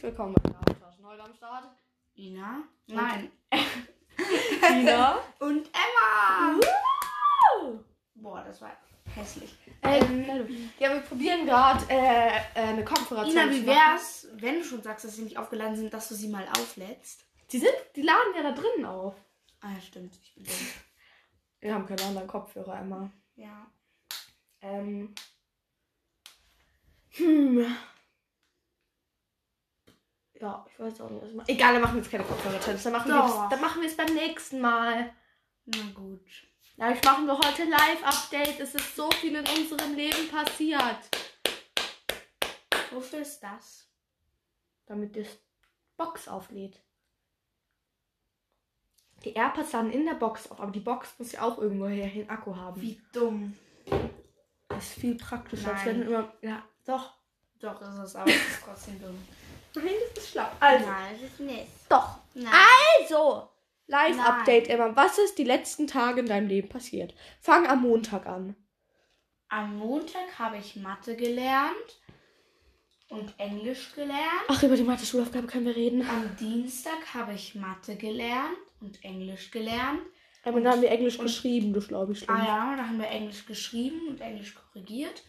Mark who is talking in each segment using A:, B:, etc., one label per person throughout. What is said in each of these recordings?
A: willkommen bei Abenteuerschen. Heute am Start.
B: Ina? Nein.
A: Tina.
B: Und Emma! Boah, das war hässlich.
A: ähm, ja, wir probieren gerade äh, äh, eine Konferenz.
B: Ina, wie wär's, wenn du schon sagst, dass sie nicht aufgeladen sind, dass du sie mal auflädst?
A: Die sind, die laden ja da drinnen auf.
B: Ah, ja, stimmt. Ich bin dumm.
A: Wir haben keine anderen Kopfhörer, Emma.
B: Ja.
A: Ähm. Hm. Ja, ich weiß auch nicht, was ich mache. Egal, dann machen wir jetzt keine Kopfhörer-Tipps. Dann machen
B: Doch.
A: wir's- dann machen wir es beim nächsten Mal.
B: Na gut.
A: Dadurch machen wir heute Live-Update. Es ist so viel in unserem Leben passiert.
B: Wofür ist das?
A: damit das Box auflädt. Die AirPods laden in der Box auf, aber die Box muss ja auch irgendwo her hin Akku haben.
B: Wie dumm.
A: Das ist viel praktischer, als
B: Nein.
A: wenn immer. Ja, doch.
B: Doch, ist es, aber es ist trotzdem dumm.
A: Nein, das ist schlau. Also,
B: Nein, es ist nicht.
A: doch.
B: Nein.
A: Also, Live-Update, Emma. Was ist die letzten Tage in deinem Leben passiert? Fang am Montag an.
B: Am Montag habe ich Mathe gelernt und Englisch gelernt.
A: Ach, über die Mathe-Schulaufgabe können wir reden.
B: Am Dienstag habe ich Mathe gelernt und Englisch gelernt.
A: Aber dann haben wir Englisch
B: und-
A: geschrieben, du glaube ich.
B: Ah ja, da haben wir Englisch geschrieben und Englisch korrigiert.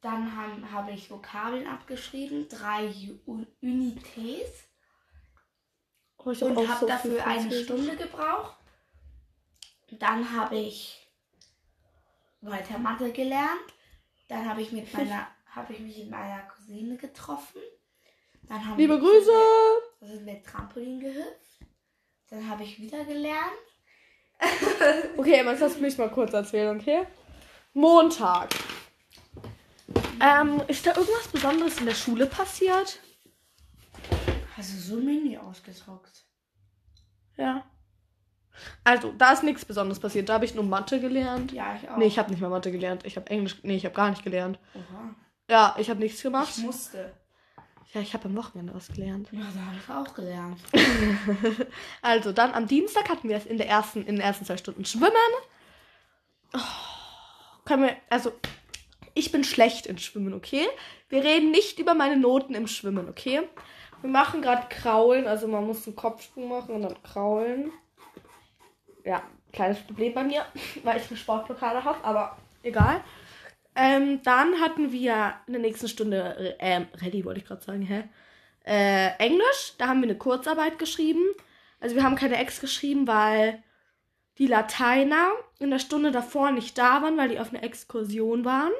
B: Dann haben- habe ich Vokabeln abgeschrieben, drei Ju- Un- Unités
A: Aber ich hab
B: und
A: auch
B: habe
A: so viel
B: dafür eine
A: Französisch.
B: Stunde gebraucht. Dann habe ich weiter Mathe gelernt. Dann habe ich, mit meiner- habe ich mich mit meiner Cousine getroffen. Dann haben
A: Liebe
B: wir-
A: Grüße!
B: Da sind wir Trampolin gehüpft. Dann habe ich wieder gelernt.
A: Okay, Emma, jetzt lass mich mal kurz erzählen, okay? Montag. Ähm, ist da irgendwas Besonderes in der Schule passiert?
B: Also so mini ausgezockt.
A: Ja. Also, da ist nichts Besonderes passiert. Da habe ich nur Mathe gelernt.
B: Ja, ich auch.
A: Nee, ich habe nicht mal Mathe gelernt. Ich habe Englisch. Nee, ich habe gar nicht gelernt.
B: Oha.
A: Ja, ich habe nichts
B: Ich
A: gemacht.
B: musste.
A: Ja, ich habe am Wochenende was gelernt.
B: Ja, da habe ich auch gelernt.
A: Also, dann am Dienstag hatten wir es in, der ersten, in den ersten zwei Stunden Schwimmen. Oh, können wir, also, ich bin schlecht im Schwimmen, okay? Wir reden nicht über meine Noten im Schwimmen, okay? Wir machen gerade Kraulen, also man muss einen Kopfsprung machen und dann Kraulen. Ja, kleines Problem bei mir, weil ich eine Sportblockade habe, aber egal. Ähm, dann hatten wir in der nächsten Stunde, ähm, Rallye wollte ich gerade sagen, hä? äh, Englisch. Da haben wir eine Kurzarbeit geschrieben. Also wir haben keine Ex geschrieben, weil die Lateiner in der Stunde davor nicht da waren, weil die auf einer Exkursion waren.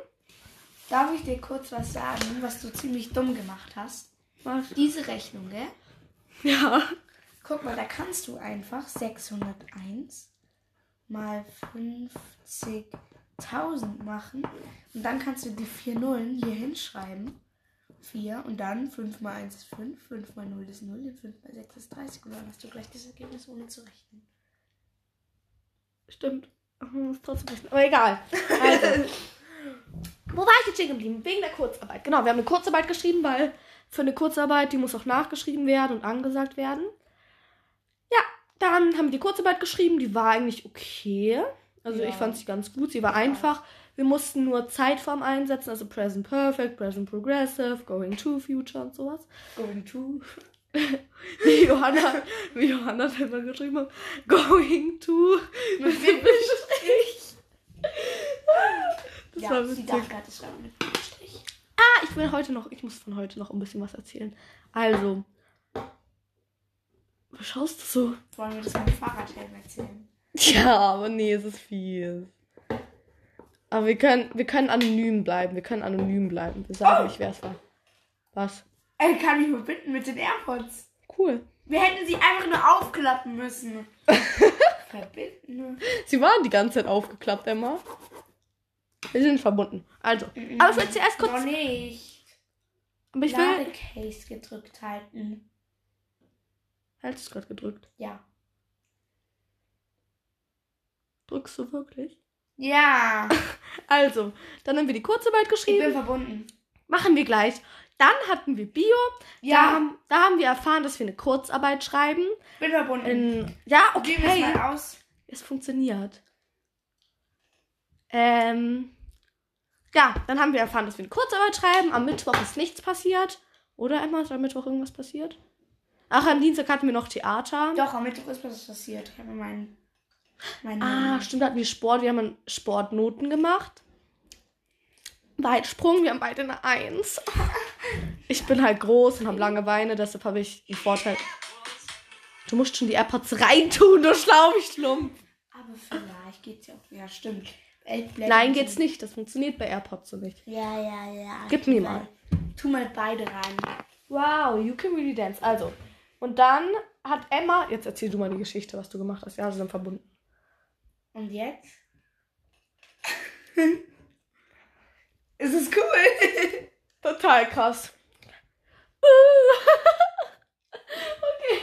B: Darf ich dir kurz was sagen, was du ziemlich dumm gemacht hast?
A: Was?
B: Diese Rechnung, gell?
A: Ja.
B: Guck mal, da kannst du einfach 601 mal 50.000 machen. Und dann kannst du die vier Nullen hier hinschreiben. 4 und dann 5 mal 1 ist 5, 5 mal 0 ist 0, 5 mal 6 ist 30 und dann hast du gleich das Ergebnis ohne zu rechnen.
A: Stimmt. Hm, Ist trotzdem nicht. Aber egal. Also. Wo war ich jetzt stehen geblieben? Wegen der Kurzarbeit. Genau, wir haben eine Kurzarbeit geschrieben, weil für eine Kurzarbeit, die muss auch nachgeschrieben werden und angesagt werden. Ja, dann haben wir die Kurzarbeit geschrieben, die war eigentlich okay. Also
B: Ja.
A: ich fand sie ganz gut, sie war einfach. Wir mussten nur Zeitform einsetzen, also Present Perfect, Present Progressive, Going to Future und sowas.
B: Going to.
A: Wie Johanna, wie Johanna selber geschrieben hat, Going to.
B: Mit dem Strich.
A: Das
B: ja,
A: war
B: sie
A: witzig.
B: darf gerade schreiben mit dem Strich.
A: ich will heute noch, ich muss von heute noch ein bisschen was erzählen. Also. Was schaust du so?
B: Wollen wir das mit dem Fahrradhelm erzählen?
A: Ja, aber nee, es ist viel. Aber wir können, wir können anonym bleiben. Wir können anonym bleiben. Wir sagen nicht, wer es war. Was?
B: Er kann mich verbinden mit den AirPods.
A: Cool.
B: Wir hätten sie einfach nur aufklappen müssen. verbinden.
A: Sie waren die ganze Zeit aufgeklappt, Emma. Wir sind verbunden. Also. Aber ich will zuerst kurz.
B: Noch nicht.
A: Aber ich will.
B: Ladecase gedrückt halten.
A: Halt es gerade gedrückt.
B: Ja.
A: Drückst du wirklich?
B: Ja.
A: Also, dann haben wir die Kurzarbeit
B: Ich
A: geschrieben.
B: bin verbunden.
A: Machen wir gleich. Dann hatten wir Bio. Da, haben, da haben wir erfahren, dass wir eine Kurzarbeit schreiben.
B: bin verbunden.
A: In, ja,
B: Gehen wir es
A: okay.
B: mal aus.
A: Es funktioniert. Ähm, ja, dann haben wir erfahren, dass wir eine Kurzarbeit schreiben. Am Mittwoch ist nichts passiert. Oder Emma, ist am Mittwoch irgendwas passiert? Ach, am Dienstag hatten wir noch Theater.
B: Doch, am Mittwoch ist mir das passiert. Ich habe mir meinen. meinen
A: Ah, stimmt, da hatten wir Sport. Wir haben an Sportnoten gemacht. Weitsprung, wir haben beide eine Eins. Ich bin halt groß und habe lange Beine, deshalb habe ich einen Vorteil. Du musst schon die AirPods reintun, du Schlaumschlumpf.
B: Aber vielleicht geht's ja auch. Ja, stimmt. Elbblätter
A: Nein,
B: müssen-
A: geht's nicht. Das funktioniert bei AirPods so nicht.
B: Ja, ja, ja.
A: Gib
B: Tu
A: mir mal.
B: Tu mal beide rein.
A: Wow, you can really dance. Also, und dann hat Emma. Jetzt erzähl du mal die Geschichte, was du gemacht hast. Ja, sind verbunden.
B: Und jetzt? es ist cool.
A: Total krass. Uh. okay.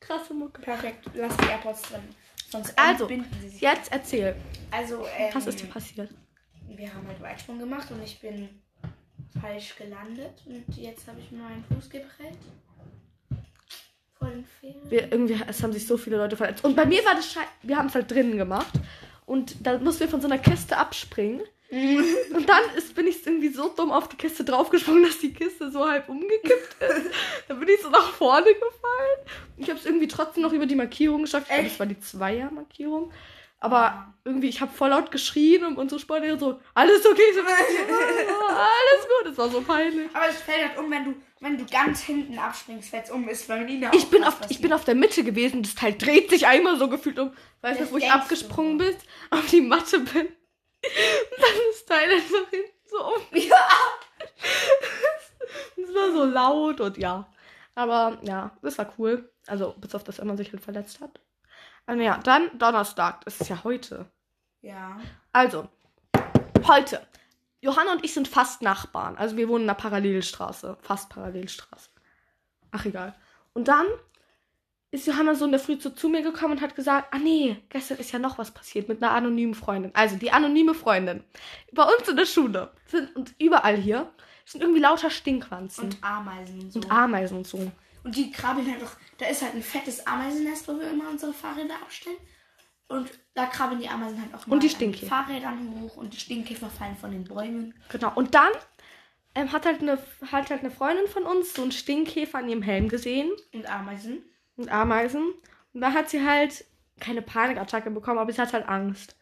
A: Krasse Mucke.
B: Perfekt. Lass die AirPods drin. Sonst
A: Also,
B: entbinden sie sich.
A: Jetzt erzähl.
B: Also, ähm,
A: Was ist dir passiert?
B: wir haben halt Weitsprung gemacht und ich bin falsch gelandet. Und jetzt habe ich mir meinen Fuß geprellt. Vor den Ferien.
A: Wir, irgendwie, es haben sich so viele Leute verletzt. Und bei mir war das Schei Wir haben es halt drinnen gemacht. Und dann mussten wir von so einer Kiste abspringen. Und dann ist, bin ich irgendwie so dumm auf die Kiste draufgesprungen, dass die Kiste so halb umgekippt ist. dann bin ich so nach vorne gefallen. Und ich habe es irgendwie trotzdem noch über die Markierung geschafft. Ich glaube,
B: Echt?
A: es war die Zweier-Markierung. Aber irgendwie, ich habe voll laut geschrien und unsere Sportlehrer so, alles okay, Ich so, alles gut. Das war so peinlich.
B: Aber es fällt halt um, wenn du, wenn du ganz hinten abspringst, fällt es um, ist weil Nina
A: Ich bin,
B: auch
A: auf,
B: was
A: ich bin auf der Mitte gewesen. Das Teil dreht sich einmal so gefühlt um. Weißt
B: Das
A: du, wo ich
B: denkst
A: abgesprungen
B: du.
A: bin? Auf die Matte bin. Und dann das Teil einfach hinten so um. Ja. Das war so laut und ja. Aber ja, das war cool. Also, bis auf das, wenn man sich halt verletzt hat. Aber ja, dann Donnerstag. Das ist ja heute.
B: Ja.
A: Also, heute. Johanna und ich sind fast Nachbarn. Also wir wohnen in einer Parallelstraße. Fast Parallelstraße. Ach egal. Und dann ist Johanna so in der Früh zu, zu mir gekommen und hat gesagt, ah nee, gestern ist ja noch was passiert mit einer anonymen Freundin. Also die anonyme Freundin. Bei uns in der Schule sind und überall hier sind irgendwie lauter Stinkwanzen und,
B: Und Ameisen und so.
A: Ameisen und so.
B: Und die krabbeln halt doch. Da ist halt ein fettes Ameisennest, wo wir immer unsere Fahrräder abstellen. Und da krabbeln die Ameisen halt auch mal
A: Und die
B: an
A: Stinkkäfer.
B: Fahrrädern hoch und die Stinkkäfer fallen von den Bäumen.
A: Genau. Und dann ähm, hat, halt eine, hat halt eine Freundin von uns so einen Stinkkäfer an ihrem Helm gesehen.
B: Und Ameisen.
A: und Ameisen. Und da hat sie halt keine Panikattacke bekommen, aber sie hat halt Angst.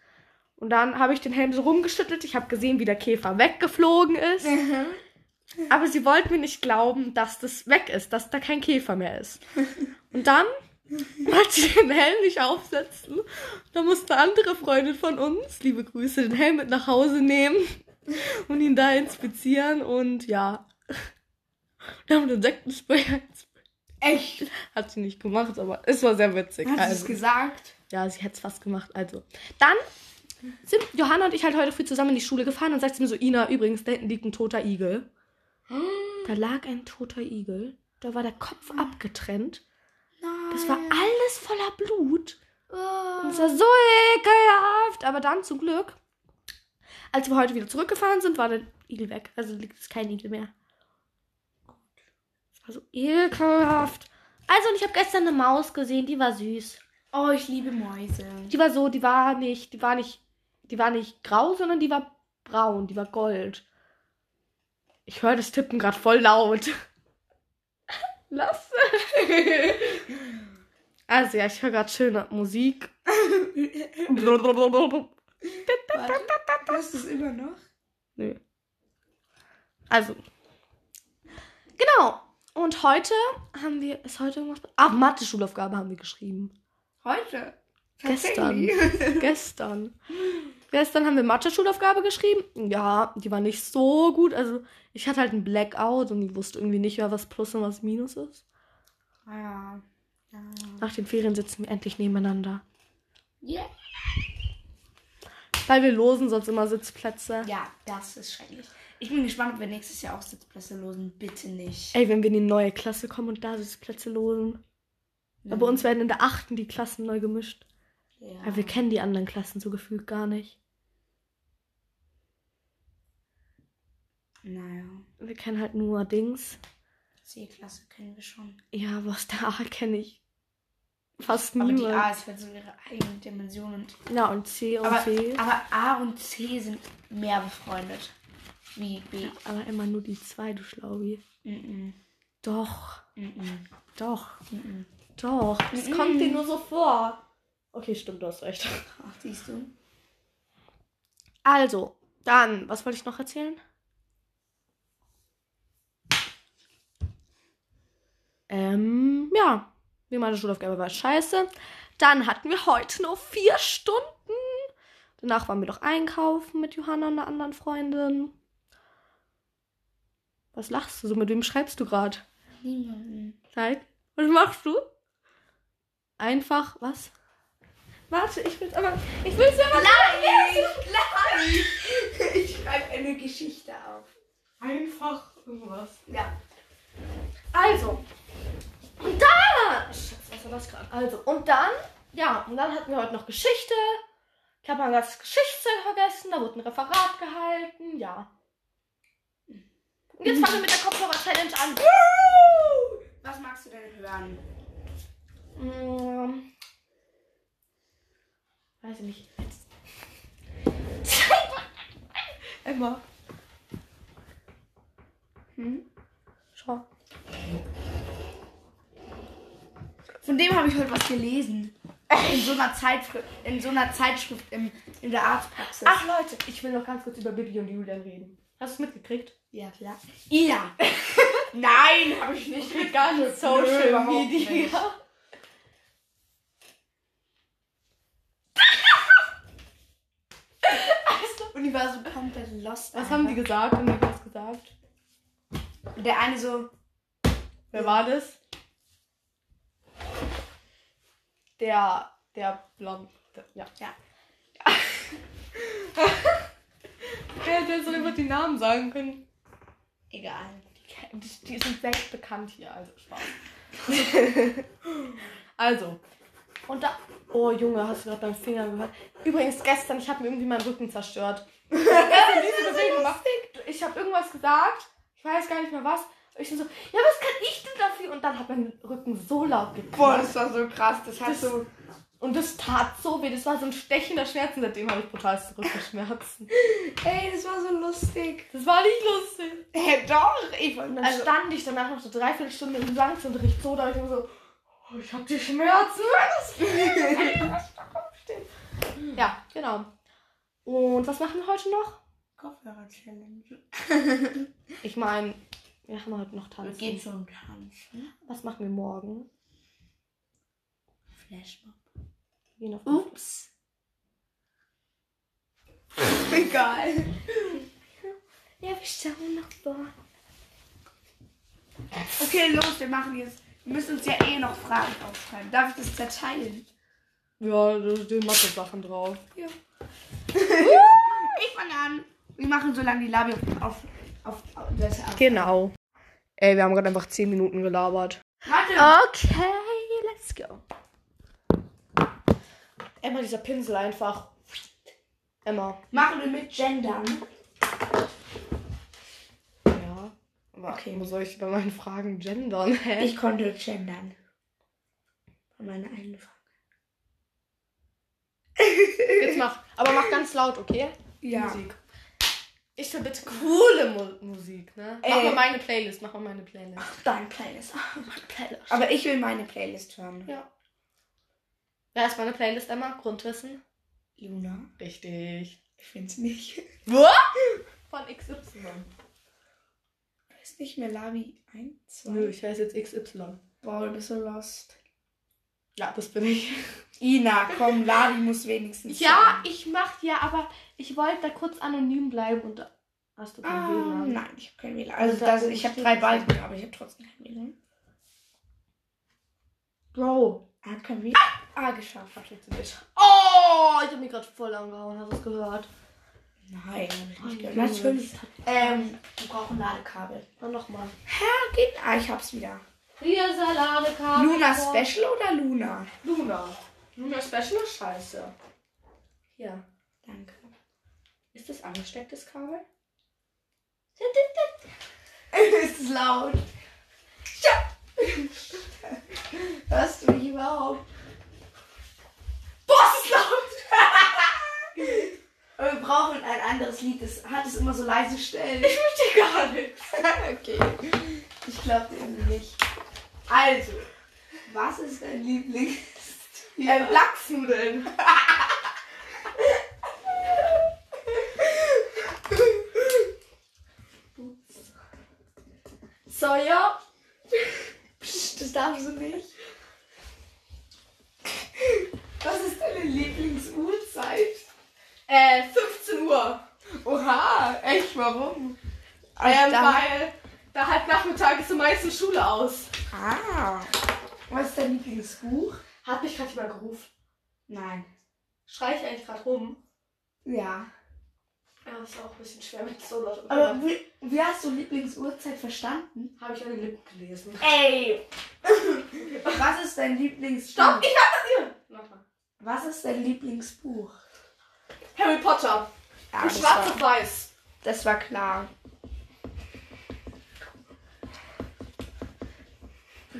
A: Und dann habe ich den Helm so rumgeschüttelt. Ich habe gesehen, wie der Käfer weggeflogen ist. Aber sie wollte mir nicht glauben, dass das weg ist, dass da kein Käfer mehr ist. Und dann wollte sie den Helm nicht aufsetzen. Da musste eine andere Freundin von uns, liebe Grüße, den Helm mit nach Hause nehmen und ihn da inspizieren. Und ja, wir haben den Insektenspray
B: Echt?
A: hat sie nicht gemacht, aber es war sehr witzig.
B: Hat sie es
A: also,
B: gesagt?
A: ja, sie hätte es fast gemacht. Also. Dann sind Johanna und ich halt heute früh zusammen in die Schule gefahren und sagt sie mir so, Ina, übrigens, da hinten liegt ein toter Igel. Da lag ein toter Igel. Da war der Kopf abgetrennt.
B: Nein.
A: Das war alles voller Blut. Und
B: Oh.
A: es war so ekelhaft. Aber dann zum Glück, als wir heute wieder zurückgefahren sind, war der Igel weg. Also liegt es kein Igel mehr. Es war so ekelhaft. Also, und ich habe gestern eine Maus gesehen, die war süß.
B: oh, ich liebe Mäuse.
A: Die war so, die war nicht, die war nicht, die war nicht grau, sondern die war braun, die war gold. Ich höre das Tippen gerade voll laut. Lass. Also ja, ich höre gerade schöne Musik.
B: Warte, Hast du es immer noch?
A: Nö. Also. Genau. Und heute haben wir, ist heute irgendwas? Ah, Mathe-Schulaufgabe haben wir geschrieben.
B: Heute.
A: Gestern.
B: Tatsächlich.
A: Gestern. Gestern haben wir Mathe-Schulaufgabe geschrieben. Ja, die war nicht so gut. Also, ich hatte halt einen Blackout und ich wusste irgendwie nicht mehr, was Plus und was Minus ist.
B: Ah, ja. Ja.
A: Nach den Ferien sitzen wir endlich nebeneinander.
B: Yeah.
A: Weil wir losen sonst immer Sitzplätze.
B: ja, das ist schrecklich. Ich bin gespannt, ob wir nächstes Jahr auch Sitzplätze losen. Bitte nicht.
A: Ey, wenn wir in die neue Klasse kommen und da Sitzplätze losen. Aber bei uns werden in der achten die Klassen neu gemischt.
B: Hm. Ja.
A: Aber wir kennen die anderen Klassen so gefühlt gar nicht.
B: Naja.
A: Wir kennen halt nur Dings.
B: C-Klasse kennen wir schon.
A: Ja, aber aus der A kenne ich fast
B: Aber die
A: niemand.
B: A ist halt so ihre eigene Dimension. Und
A: Ja, und C und
B: aber,
A: B.
B: aber A und C sind mehr befreundet. Wie B.
A: Aber immer nur die zwei, du Schlaubi.
B: Mhm.
A: Doch,
B: Mhm.
A: doch,
B: Mhm.
A: doch. Das
B: Mhm.
A: kommt dir nur so vor. Okay, stimmt, du hast recht.
B: Ach, siehst du?
A: Also, dann, was wollte ich noch erzählen? Ähm, ja. Wie meine Schulaufgabe war scheiße. Dann hatten wir heute noch vier Stunden. Danach waren wir doch einkaufen mit Johanna und einer anderen Freundin. Was lachst du so? Mit wem schreibst du gerade?
B: Niemanden.
A: Zeig. Was machst du? Einfach, was? Warte, ich will's aber. Ich will's aber.
B: Ich schreibe eine Geschichte auf.
A: Einfach irgendwas.
B: Ja.
A: Also. Und dann. Scheiße, was war das gerade? Also, und dann. Ja, und dann hatten wir heute noch Geschichte. Ich habe mein ganzes Geschichtszeug vergessen. Da wurde ein Referat gehalten. Ja. Und jetzt fangen wir mit der Kopfhörer-Challenge an.
B: Was magst du denn hören?
A: Mm. Weiß ich nicht. Emma.
B: Hm?
A: Schau.
B: Von dem habe ich heute was gelesen. In so einer Zeitschrift, in, so einer Zeitschrift im, in der Arztpraxis.
A: Ach Leute, ich will noch ganz kurz über Bibi und Julian reden. Hast du es mitgekriegt?
B: Ja, klar. Ja. Nein, habe ich nicht.
A: Ganz
B: Nö, überhaupt nicht. Das Universum komplett lost.
A: Was haben die gesagt? Haben die was gesagt?
B: die? Der eine so,
A: Wer war das? Der, der Blond. Ja.
B: Ja.
A: Wer hätte jetzt so über die Namen sagen können?
B: egal.
A: Die, die sind weltbekannt hier, also Spaß. also. Und da. Oh Junge, hast du gerade beim Finger gehört? Übrigens, gestern, ich habe mir irgendwie meinen Rücken zerstört. Ich hab gestern diese Bewegung gemacht. Ich habe irgendwas gesagt, ich weiß gar nicht mehr was. Ich bin so, ja, was kann ich denn dafür? Und dann hat mein Rücken so laut
B: Boah,
A: geknallt.
B: das war so krass. Das hat
A: Das-
B: so.
A: Und das tat so weh, das war so ein stechender Schmerz und seitdem habe ich brutalste Rückenschmerzen.
B: Ey, das war so lustig.
A: Das war nicht lustig.
B: Hä, doch. Ich wollte
A: Und dann stand ich danach noch so dreiviertel Stunde im Gesangsunterricht so da ich war so, oh, ich hab die Schmerzen. Ja, genau. Und was machen wir heute noch?
B: Kopfhörer-Challenge.
A: Ich meine, wir haben heute noch
B: Wir
A: Tanzen.
B: gehen zum Tanzen.
A: Was machen wir morgen?
B: Flashmob.
A: Wir gehen
B: Uh.
A: auf
B: Ups. Egal.
A: Ja, wir schauen nach vorne.
B: Okay, los, wir machen jetzt. Wir müssen uns ja eh noch Fragen aufschreiben. Darf ich das zerteilen?
A: Ja, da stehen Mathe-Sachen drauf.
B: Ja. ich fange an. Wir machen so lange die Labi auf, auf, auf, auf das ab.
A: Genau. Ey, wir haben gerade einfach 10 Minuten gelabert.
B: Warte.
A: Okay, let's go. Emma, dieser Pinsel einfach. Emma.
B: Machen wir mit Gendern.
A: Ja. Aber
B: Okay.
A: Wo soll ich bei meinen Fragen gendern? Hä?
B: Ich konnte gendern. Bei meiner eigenen Frage.
A: Jetzt mach. Aber mach ganz laut, okay?
B: Ja.
A: Musik. Ich will bitte coole Mu Musik, ne? Mach
B: Ey.
A: mal meine Playlist, mach mal meine Playlist.
B: Dein Playlist.
A: Playlist.
B: Aber ich will meine Playlist hören.
A: Ja. Wer ist meine Playlist, Emma? Grundwissen?
B: Luna.
A: Richtig.
B: Ich find's nicht.
A: Von XY.
B: Ist nicht mehr Labi 1, 2.
A: Nö, ich heiße jetzt XY.
B: Boah, du bist so lost.
A: Ja, das bin ich.
B: Ina, komm, Labi muss wenigstens.
A: Ja,
B: sagen.
A: ich mach ja, aber ich wollte da kurz anonym bleiben und da hast du keinen
B: Ah,
A: WLAN.
B: nein, ich habe kein WLAN. Also,
A: Also
B: das,
A: da oben
B: ich habe
A: steht
B: drei
A: es.
B: Balken, aber ich habe trotzdem kein WLAN.
A: Bro.
B: Er hat kein WLAN. Ah, geschafft.
A: Oh, ich hab mich gerade voll angehauen, hast du es gehört?
B: Nein, hab ich nicht
A: Junge,
B: gehört. Natürlich.
A: das hat-
B: Ähm, wir brauchen Ladekabel.
A: Dann nochmal.
B: Ah, geht. Ah, ich hab's wieder.
A: Hier Saladekarte.
B: Luna Special oder Luna?
A: Luna. Luna Special ist scheiße. Ja.
B: Danke.
A: Ist das angestecktes Kabel?
B: es ist laut. Ja. Hörst du mich überhaupt? Boah, es ist laut. Wir brauchen ein anderes Lied, das hat es immer so leise Stellen.
A: Ich verstehe gar nichts.
B: okay. Ich glaube dem nicht. Also, was ist dein Lieblingstier?
A: Ähm, Lachsnudeln. Soja.
B: Psst, das darfst du nicht. Was ist deine Lieblingsuhrzeit?
A: Äh, 15 Uhr.
B: Oha, echt, warum?
A: Ähm,
B: da-
A: weil da halt Nachmittag ist am meisten Schule aus.
B: Ah. Was ist dein Lieblingsbuch?
A: Hat mich gerade jemand gerufen.
B: Nein.
A: Schrei ich eigentlich gerade rum?
B: Ja.
A: Ja, das ist auch ein bisschen schwer mit so laut.
B: Aber wie, wie hast du Lieblingsuhrzeit verstanden?
A: Habe ich an den Lippen gelesen.
B: Ähm. Ey! Was ist dein Lieblingsbuch?
A: Stopp, ich hab das hier! Nochmal.
B: Was ist dein Lieblingsbuch?
A: Harry Potter.
B: Ja,
A: in schwarz und weiß.
B: das war klar.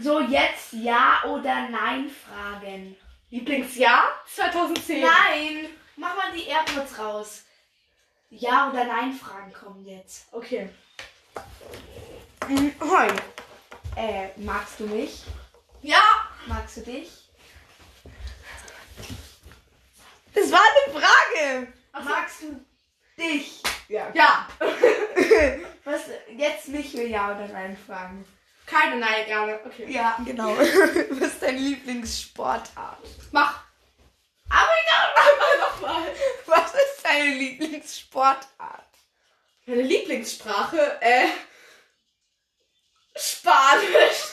B: So, jetzt Ja oder Nein fragen.
A: Lieblingsjahr 2010.
B: Nein! Mach mal die AirPods raus. Ja oder Nein fragen kommen jetzt.
A: Okay.
B: Mm, Hoi. Äh, magst du mich?
A: Ja!
B: Magst du dich? Das war eine Frage.
A: Ach so.
B: Magst du dich? Ja.
A: Ja!
B: Was jetzt nicht für Ja oder Nein fragen.
A: Keine Nein, gerne. Okay.
B: Ja, genau. Was ist dein Lieblingssportart?
A: Mach!
B: Aber
A: Einmal nochmal!
B: was ist deine Lieblingssportart?
A: Meine Lieblingssprache, äh. Spanisch.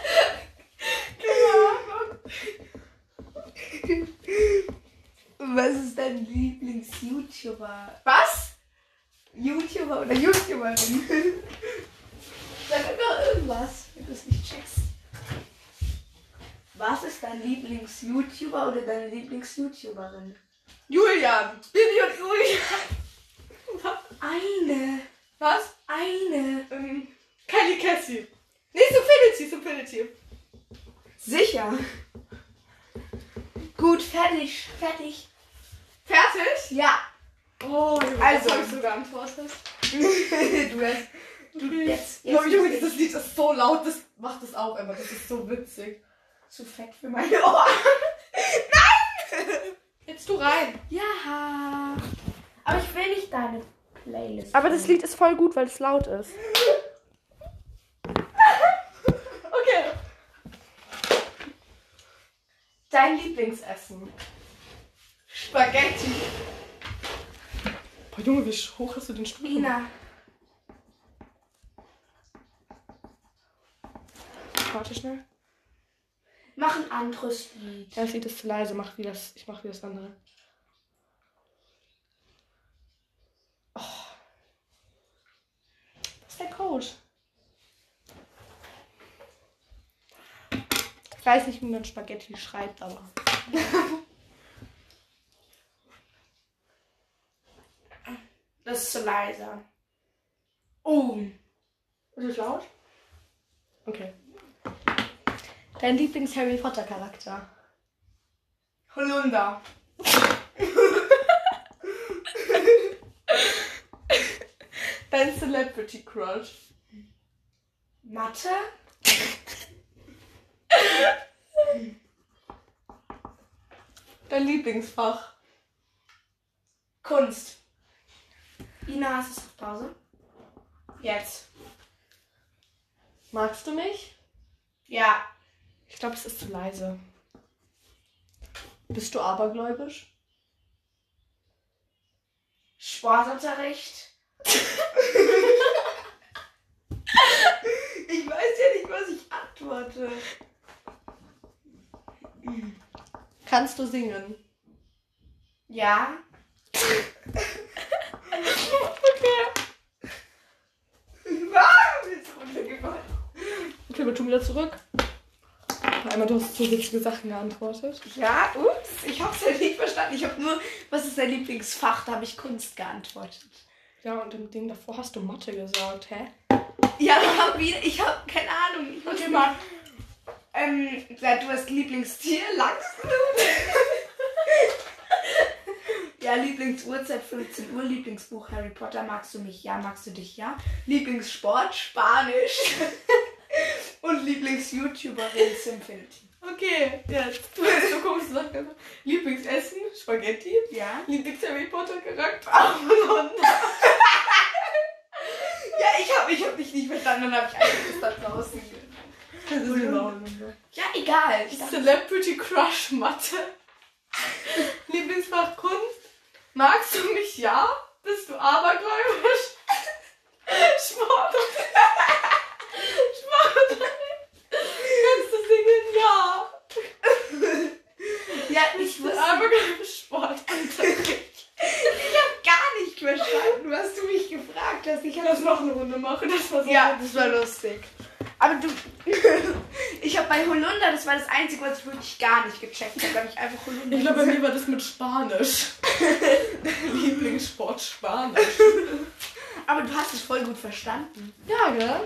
B: Was ist dein Lieblings-YouTuber?
A: Was?
B: YouTuber oder YouTuberin? Sag immer irgendwas, wenn du es nicht checkst. Was ist dein Lieblings-YouTuber oder deine Lieblings-YouTuberin?
A: Julian. Bibi und Julian.
B: Eine.
A: Was?
B: Eine.
A: Ähm, Kelly Cassie. Nee, Supinity, Supinity.
B: Sicher. Gut, fertig. Fertig.
A: Fertig?
B: Ja.
A: Oh, Junge,
B: Also.
A: das hab ich sogar antwortet.
B: du hast. Du, jetzt.
A: Jetzt
B: jetzt
A: Junge, dieses Lied ist so laut, das macht es auch immer. Das ist so witzig.
B: zu fett für meine Ohren.
A: Jetzt du rein.
B: Ja. Aber ich will nicht deine Playlist.
A: Lied ist voll gut, weil es laut ist. Okay. Dein Lieblingsessen.
B: Spaghetti.
A: Boah, Junge, wie hoch hast du den Stuhl?
B: Nina.
A: Warte schnell.
B: Mach ein anderes Lied.
A: Das Lied ist zu leise, mach wie das, ich mach wie das andere. Oh. Das ist der Coach. Ich weiß nicht, wie man Spaghetti schreibt, aber.
B: Das ist zu leise. Oh.
A: Ist es laut? Okay. Dein Lieblings-Harry Potter-Charakter?
B: Holunder.
A: Dein Celebrity-Crush?
B: Mathe.
A: Dein Lieblingsfach?
B: Kunst. Ina, hast du es auf Pause? Jetzt.
A: Magst du mich?
B: Ja.
A: Ich glaube, es ist zu leise. Bist du abergläubisch?
B: Sportunterricht. ich weiß ja nicht, was ich antworte.
A: Kannst du singen?
B: Ja.
A: Okay.
B: Warum ist runtergefallen?
A: Okay, wir tun wieder zurück. Einmal, du hast so witzige Sachen geantwortet.
B: Ja, ups, ich hab's ja nicht verstanden. Ich habe nur, was ist dein Lieblingsfach? Da habe ich Kunst geantwortet.
A: Ja, und im Ding davor hast du Mathe gesagt, hä?
B: Ja, ich hab wieder, ich hab keine Ahnung. Ich okay, mal. Ähm, ja, du hast Lieblingstier, Lachsnudeln. Ja, Lieblingsuhrzeit 15 Uhr, Lieblingsbuch Harry Potter, magst du mich? Ja, magst du dich? Ja. Lieblingssport Spanisch und Lieblings-YouTuberin Simfinity.
A: Okay, jetzt. Du, hast- du kommst nach Lieblingsessen, Spaghetti.
B: Ja?
A: Lieblings-Harry Potter-Charakter. Armbrunnen.
B: Ja, ich hab, ich hab dich nicht verstanden, dann hab ich alles da draußen.
A: Das ist ne? überhaupt
B: Ja, egal. Ich dachte,
A: Celebrity Crush Mathe. Lieblingsfach Kunst. Magst du mich? Ja. Bist du abergläubisch? Sport. Sport. Kannst du singen? Ja.
B: ja, ich
A: Bist du
B: wusste
A: abergläubisch? Sport.
B: gar nicht verstanden, was du mich gefragt hast. Ich hab
A: Lass noch eine Runde machen. Das war so
B: Ja, das war lustig. Aber du. ich habe bei Holunder, das war das Einzige, was ich wirklich gar nicht gecheckt habe. Da habe ich einfach Holunder.
A: Ich glaube, bei
B: gesagt.
A: mir war das mit Spanisch. Lieblingssport Spanisch.
B: aber du hast es voll gut verstanden.
A: Ja, gell?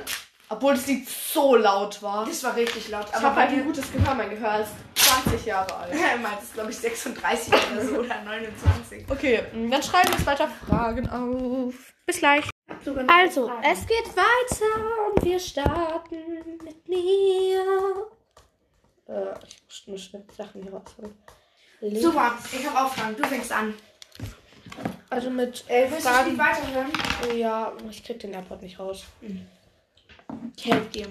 A: Obwohl das Lied so laut war.
B: Das war richtig laut.
A: Ich habe halt ein gutes Gehör, mein Gehör ist 20 Jahre alt.
B: Meint ist, glaube ich, 36 oder so oder 29.
A: Okay, mm, dann schreiben wir jetzt weiter Fragen auf. Bis gleich. Also, es geht weiter und wir starten mit mir. Äh, ich muss nur schnell Sachen hier rausholen. Le-
B: Super, ich habe auch Fragen. Du fängst an.
A: Also mit elf
B: Willst du das Lied
A: Fragen.
B: weiterhören?
A: Oh ja, ich krieg den Airport nicht raus.
B: Ich helfe dir.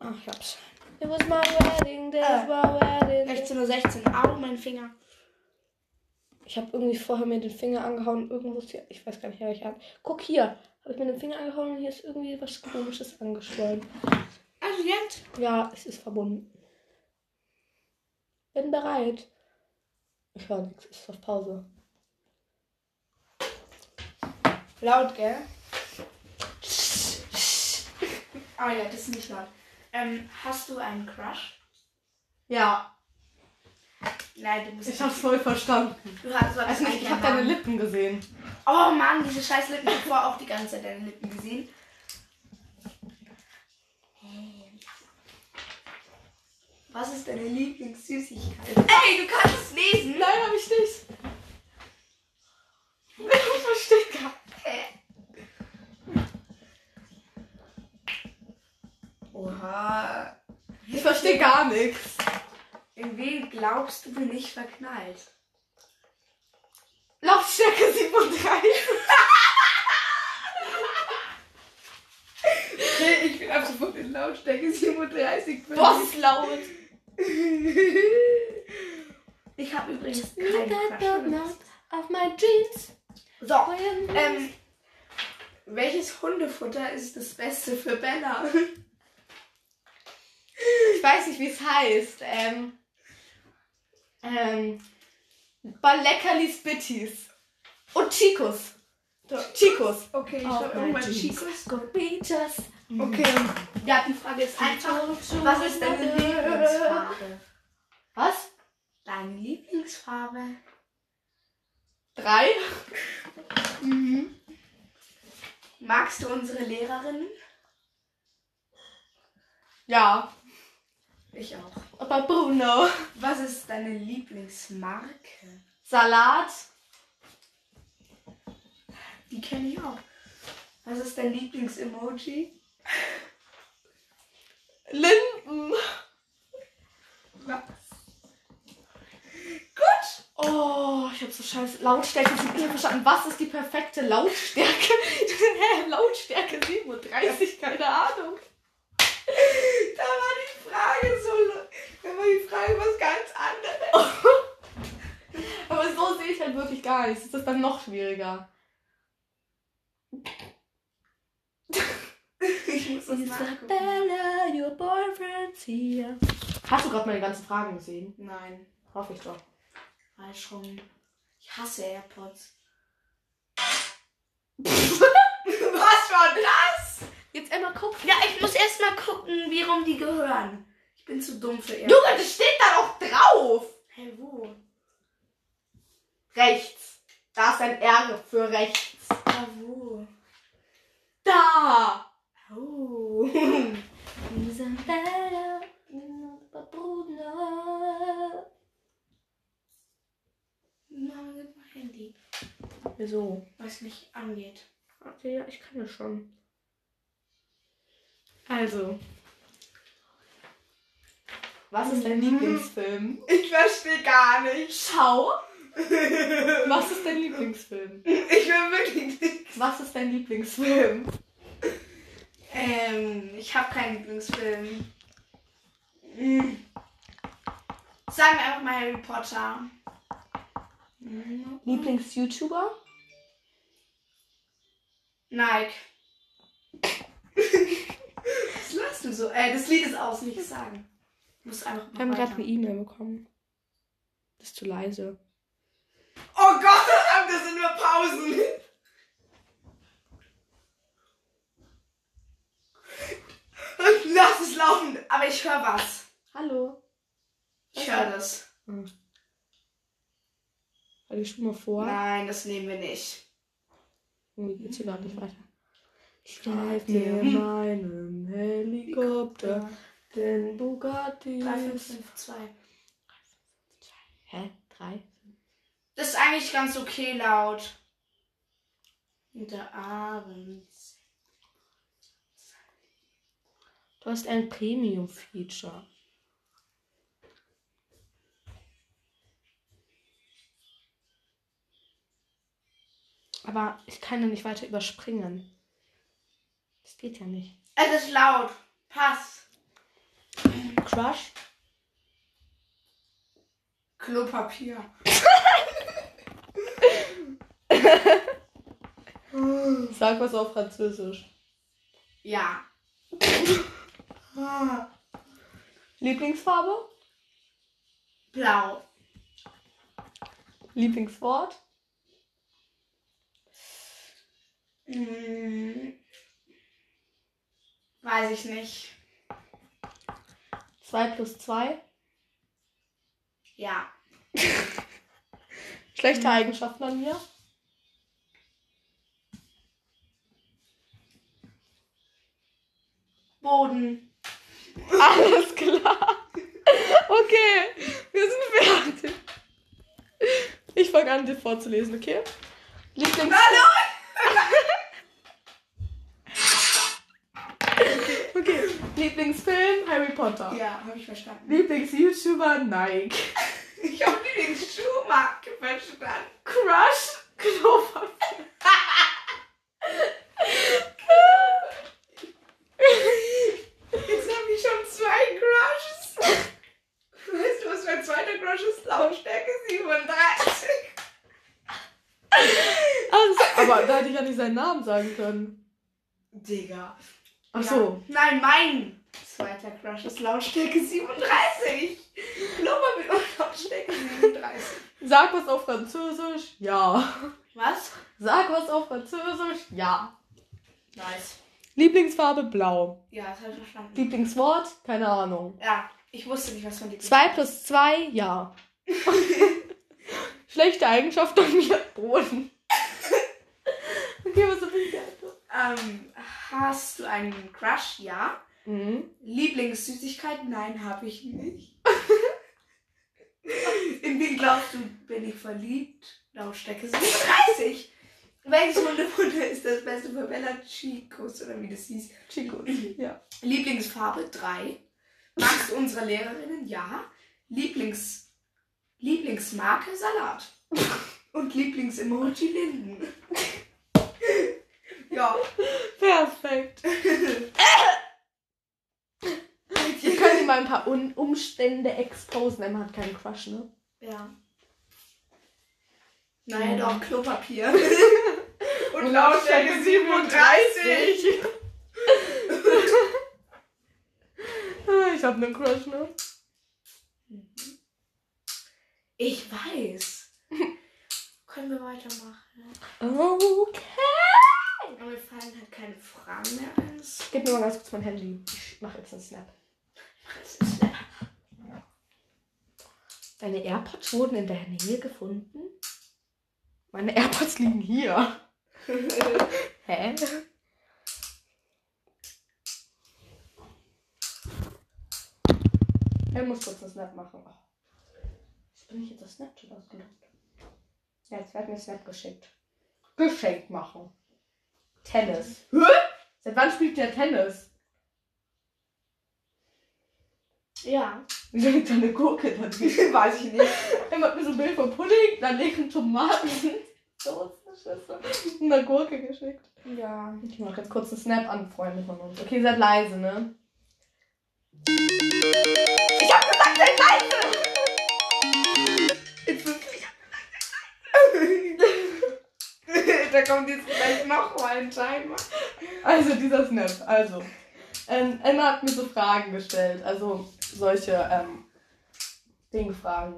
A: Ach, ich hab's. Äh, It was my wedding day,
B: Ah.
A: it was my wedding day.
B: 16.16 Uhr. 16. Au, mein Finger.
A: Ich habe irgendwie vorher mir den Finger angehauen. Irgendwo ist hier, ich weiß gar nicht, wer ich an. Guck hier, habe ich mir den Finger angehauen und hier ist irgendwie was Komisches angeschwollen.
B: Also jetzt.
A: Ja, es ist verbunden. Bin bereit. Ich höre nichts, ist auf Pause.
B: Laut, gell? Ah ja, das ist nicht laut. Ähm, hast du einen Crush?
A: Ja,
B: Nein, du musst
A: voll verstanden.
B: Du hast, du
A: Also
B: hast eigentlich einen Namen.
A: Lippen gesehen.
B: Oh Mann, diese scheiß Lippen. Ich hab vorher auch die ganze Zeit deine Lippen gesehen. Was ist deine Lieblingssüßigkeit? Ey, du kannst es lesen!
A: Nein, habe ich nicht. Ich verstehe gar
B: Oha.
A: Ich verstehe gar nichts.
B: In wen glaubst du bin ich verknallt?
A: Lautstärke 37.
B: Nee, ich bin ab sofort in Lautstärke 37.
A: Boah, ist laut.
B: Ich habe übrigens keinen Crush.
A: Auf my dreams.
B: So, ähm, welches Hundefutter ist das Beste für Bella?
A: ich weiß nicht, wie es heißt. Ähm, ähm, Baleckerlis Bitties. Und Chicos. Chicos.
B: Okay, ich
A: Oh,
B: habe
A: mein
B: irgendwann
A: Jeans.
B: Chicos.
A: Bitches.
B: Okay, ja, die Frage ist einfach, was ist deine Lieblingsfarbe?
A: Was?
B: Deine Lieblingsfarbe?
A: Drei?
B: Magst du unsere Lehrerin?
A: Ja.
B: Ich auch.
A: Aber Bruno.
B: Was ist deine Lieblingsmarke?
A: Salat.
B: Die kenne ich auch. Was ist dein Lieblingsemoji?
A: Linden.
B: Was?
A: Gut. Oh, ich hab so scheiße. Lautstärke 37 verstanden. Was ist die perfekte Lautstärke? Hä, Lautstärke 37, keine Ahnung.
B: Da war die Frage so. Da war die Frage was ganz anderes.
A: Aber so sehe ich halt wirklich gar nichts. Das ist dann noch schwieriger.
B: Ich muss das nachgucken.
A: Isabella, your boyfriend's here. Hast du gerade meine ganzen Fragen gesehen?
B: Nein,
A: Hoffe ich doch.
B: falsch rum. Ich hasse AirPods. was war das?
A: Jetzt Emma guckt.
B: Ja, ich muss erst mal gucken, wie rum die gehören. Ich bin zu dumm für AirPods.
A: Junge, das steht da doch drauf.
B: Hey, wo?
A: Rechts. Da ist ein R für rechts.
B: Ah, wo?
A: Da.
B: Oh.
A: Isabella, Bruno.
B: Mama, gib mal Handy.
A: Wieso?
B: was mich angeht.
A: Warte, ja, ich kann ja schon. Also. Was ist dein Lieblingsfilm?
B: Ich verstehe gar nicht.
A: Schau.
B: ich
A: Was ist dein Lieblingsfilm?
B: will wirklich nicht.
A: Was ist dein Lieblingsfilm?
B: Ähm, ich habe keinen Lieblingsfilm. Hm. Sagen wir einfach mal Harry Potter. Hm.
A: Lieblings-YouTuber?
B: Nike. Was lachst du so? Äh, das Lied ist aus, nicht sagen. Du musst einfach
A: Wir haben
B: mal
A: gerade
B: weiter.
A: eine E-Mail bekommen. Das ist zu leise.
B: Oh Gott, das sind nur Pausen. Lass es laufen, aber ich höre was.
A: Hallo.
B: Ich höre das.
A: Warte, ich schon mal vor.
B: Nein, das nehmen wir nicht.
A: Irgendwie geht's hier gar nicht weiter. Ich
B: schreib
A: schreib
B: dir
A: mir
B: in
A: meinem Hm. Helikopter den Bugatti.
B: 3552.
A: Hä? Drei?
B: Das ist eigentlich ganz okay laut. Und der Abend.
A: Du hast ein Premium-Feature. Aber ich kann ja nicht weiter überspringen. Das geht ja nicht.
B: Es ist laut. Pass.
A: Crush?
B: Klopapier.
A: Sag was auf Französisch.
B: Ja.
A: Lieblingsfarbe?
B: Blau.
A: Lieblingswort?
B: Hm. Weiß ich nicht.
A: 2 plus 2?
B: Ja.
A: Schlechte Eigenschaften an mir?
B: Boden.
A: Alles klar. Okay, wir sind fertig. Ich fange an, dir vorzulesen, okay? Lieblings. Hallo! okay, Lieblingsfilm Harry Potter.
B: Ja, habe ich verstanden.
A: Lieblings-YouTuber Nike.
B: Ich habe den Schuhmarke verstanden.
A: Crush Klopapier.
B: Jetzt habe ich schon zwei Crushes. Weißt du, was mein zweiter Crush ist? Lautstärke 37.
A: Alles, aber da hätte ich ja nicht seinen Namen sagen können.
B: Digga.
A: Ach so.
B: Ja. Nein, mein zweiter Crush ist Lautstärke 37. Klopapier und Lautstärke 37.
A: Sag was auf Französisch? Ja.
B: Was?
A: Sag was auf Französisch? Ja.
B: Nice.
A: Lieblingsfarbe blau.
B: Ja, das habe ich verstanden.
A: Lieblingswort? Keine Ahnung.
B: Ja, ich wusste nicht, was von dir
A: 2 plus 2? Ja. Schlechte Eigenschaft an mir. Boden. okay, was hab ich geantwortet?
B: Ähm, hast du einen Crush? Ja.
A: Mhm.
B: Lieblingssüßigkeit? Nein, habe ich nicht. In wen glaubst du, bin ich verliebt? Lautstärke 37. Welches Hundefutter ist das Beste für Bella Chicos oder wie das hieß?
A: Chicos. Ja.
B: Lieblingsfarbe 3. Magst du unsere Lehrerinnen? Ja. Lieblings Lieblingsmarke Salat. Und Lieblingsemoji Linden. ja.
A: Perfekt. Wir können ihm mal ein paar Un Umstände exposen. Emma hat keinen Crush, ne?
B: Ja. Naja, doch, Klopapier. Und
A: Lautstärke
B: 37.
A: Ah, ich hab einen Crush, ne?
B: Ich weiß. Können wir weitermachen?
A: Okay.
B: Aber mir fallen halt keine Fragen mehr ein. Das
A: Gib mir mal ganz kurz mein Handy. Ich mach jetzt einen Snap.
B: ist-
A: Deine AirPods wurden in der Nähe gefunden? Meine AirPods liegen hier. Hä? Er muss kurz einen Snap machen. Oh. Jetzt bin ich jetzt das Snapchat ausgelockt. Ja, jetzt wird mir Snap geschickt. Geschenk machen. Tennis. Seit wann spielt der Tennis?
B: Ja.
A: Wieso liegt da eine Gurke da drin? Weiß ich nicht. Immer hat mir so ein Bild von Pudding, dann liegen Tomaten. Soßenschüssel und eine Gurke geschickt.
B: Ja.
A: Ich mach jetzt kurz einen Snap an Freunde von uns. Okay, seid leise, ne?
B: Ich hab gesagt, sei leise!
C: da kommt jetzt gleich nochmal ein Timer.
A: Also dieser Snap, also. Ähm, Emma hat mir so Fragen gestellt, also solche ähm, Dingfragen.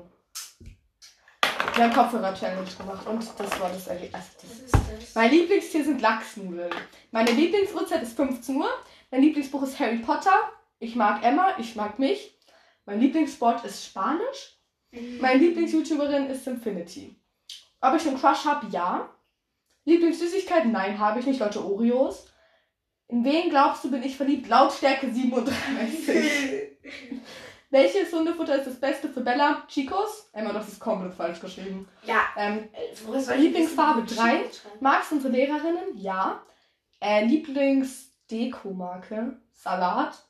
A: Wir haben Kopfhörer-Challenge gemacht und das war das Ergebnis. Also das
B: Was ist das?
A: Mein Lieblingstier sind Lachsnudeln. Meine Lieblingsuhrzeit ist 15 Uhr. Mein Lieblingsbuch ist Harry Potter. Ich mag Emma, ich mag mich. Mein Lieblingssport ist Spanisch. Meine Lieblings-YouTuberin ist Infinity. Ob ich einen Crush habe? Ja. Lieblingssüßigkeit? Nein, habe ich nicht. Leute, Oreos. In wen glaubst du, bin ich verliebt? Lautstärke 37. Welches Hundefutter ist das Beste für Bella? Chicos? Emma, das ist komplett falsch geschrieben.
B: Ja.
A: Ähm,
B: äh, woher soll ich
A: Lieblingsfarbe
B: wissen, wo
A: drei?
B: Chico dran-
A: Magst du unsere Lehrerinnen? Ja. Äh, Lieblingsdeko-Marke? Salat.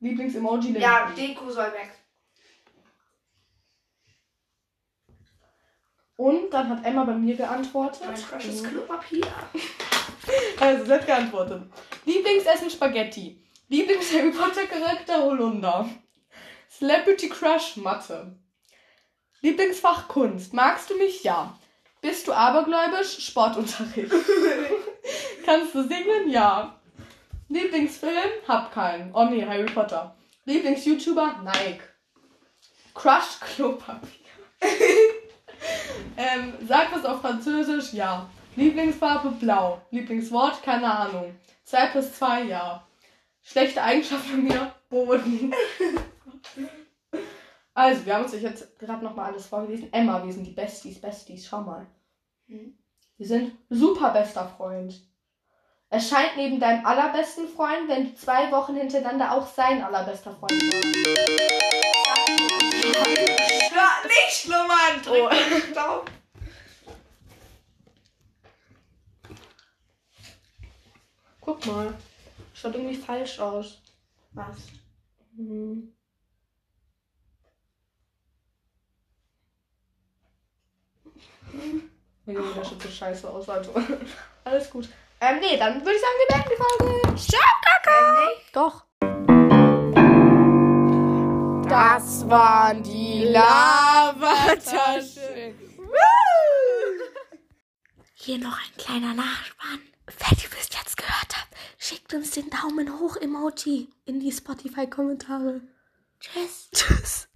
A: Lieblings-Emoji? Linken.
B: Ja, Deko soll weg.
A: Und dann hat Emma bei mir geantwortet. Mhm.
B: Mein Crush ist Klopapier.
A: Also, sie hat geantwortet. Lieblingsessen Spaghetti. Lieblings-Harry Potter-Charakter Holunder. Celebrity Crush Mathe. Lieblingsfach Kunst. Magst du mich? Ja. Bist du abergläubisch? Sportunterricht. Kannst du singen? Ja. Lieblingsfilm? Hab keinen. Oh nee, Harry Potter. Lieblings-YouTuber? Nike. Crush Klopapier. ähm, sag was auf Französisch? Ja. Lieblingsfarbe? Blau. Lieblingswort? Keine Ahnung. 2 plus 2? Ja. Schlechte Eigenschaft von mir? Boden. also, wir haben uns jetzt gerade nochmal alles vorgelesen. Emma, wir sind die Besties, Besties. Schau mal.
B: Hm.
A: Wir sind super bester Freund. Es scheint neben deinem allerbesten Freund, wenn du zwei Wochen hintereinander auch sein allerbester Freund warst.
C: Ja, nicht schlummern!
A: Oh.
C: Drück den Staub.
A: Guck mal.
C: Schaut irgendwie falsch aus.
B: Was?
A: Mhm. Mir sieht das schon so scheiße aus, also. Alles gut.
C: Ähm, nee, dann würde ich sagen, wir beenden die Folge. Ciao! Doch.
A: Das waren die Lavataschen.
B: Hier noch ein kleiner Nachspann.
C: Wenn ihr bis jetzt gehört habt, schickt uns den Daumen hoch Emoji in die Spotify-Kommentare.
B: Tschüss.
C: Tschüss.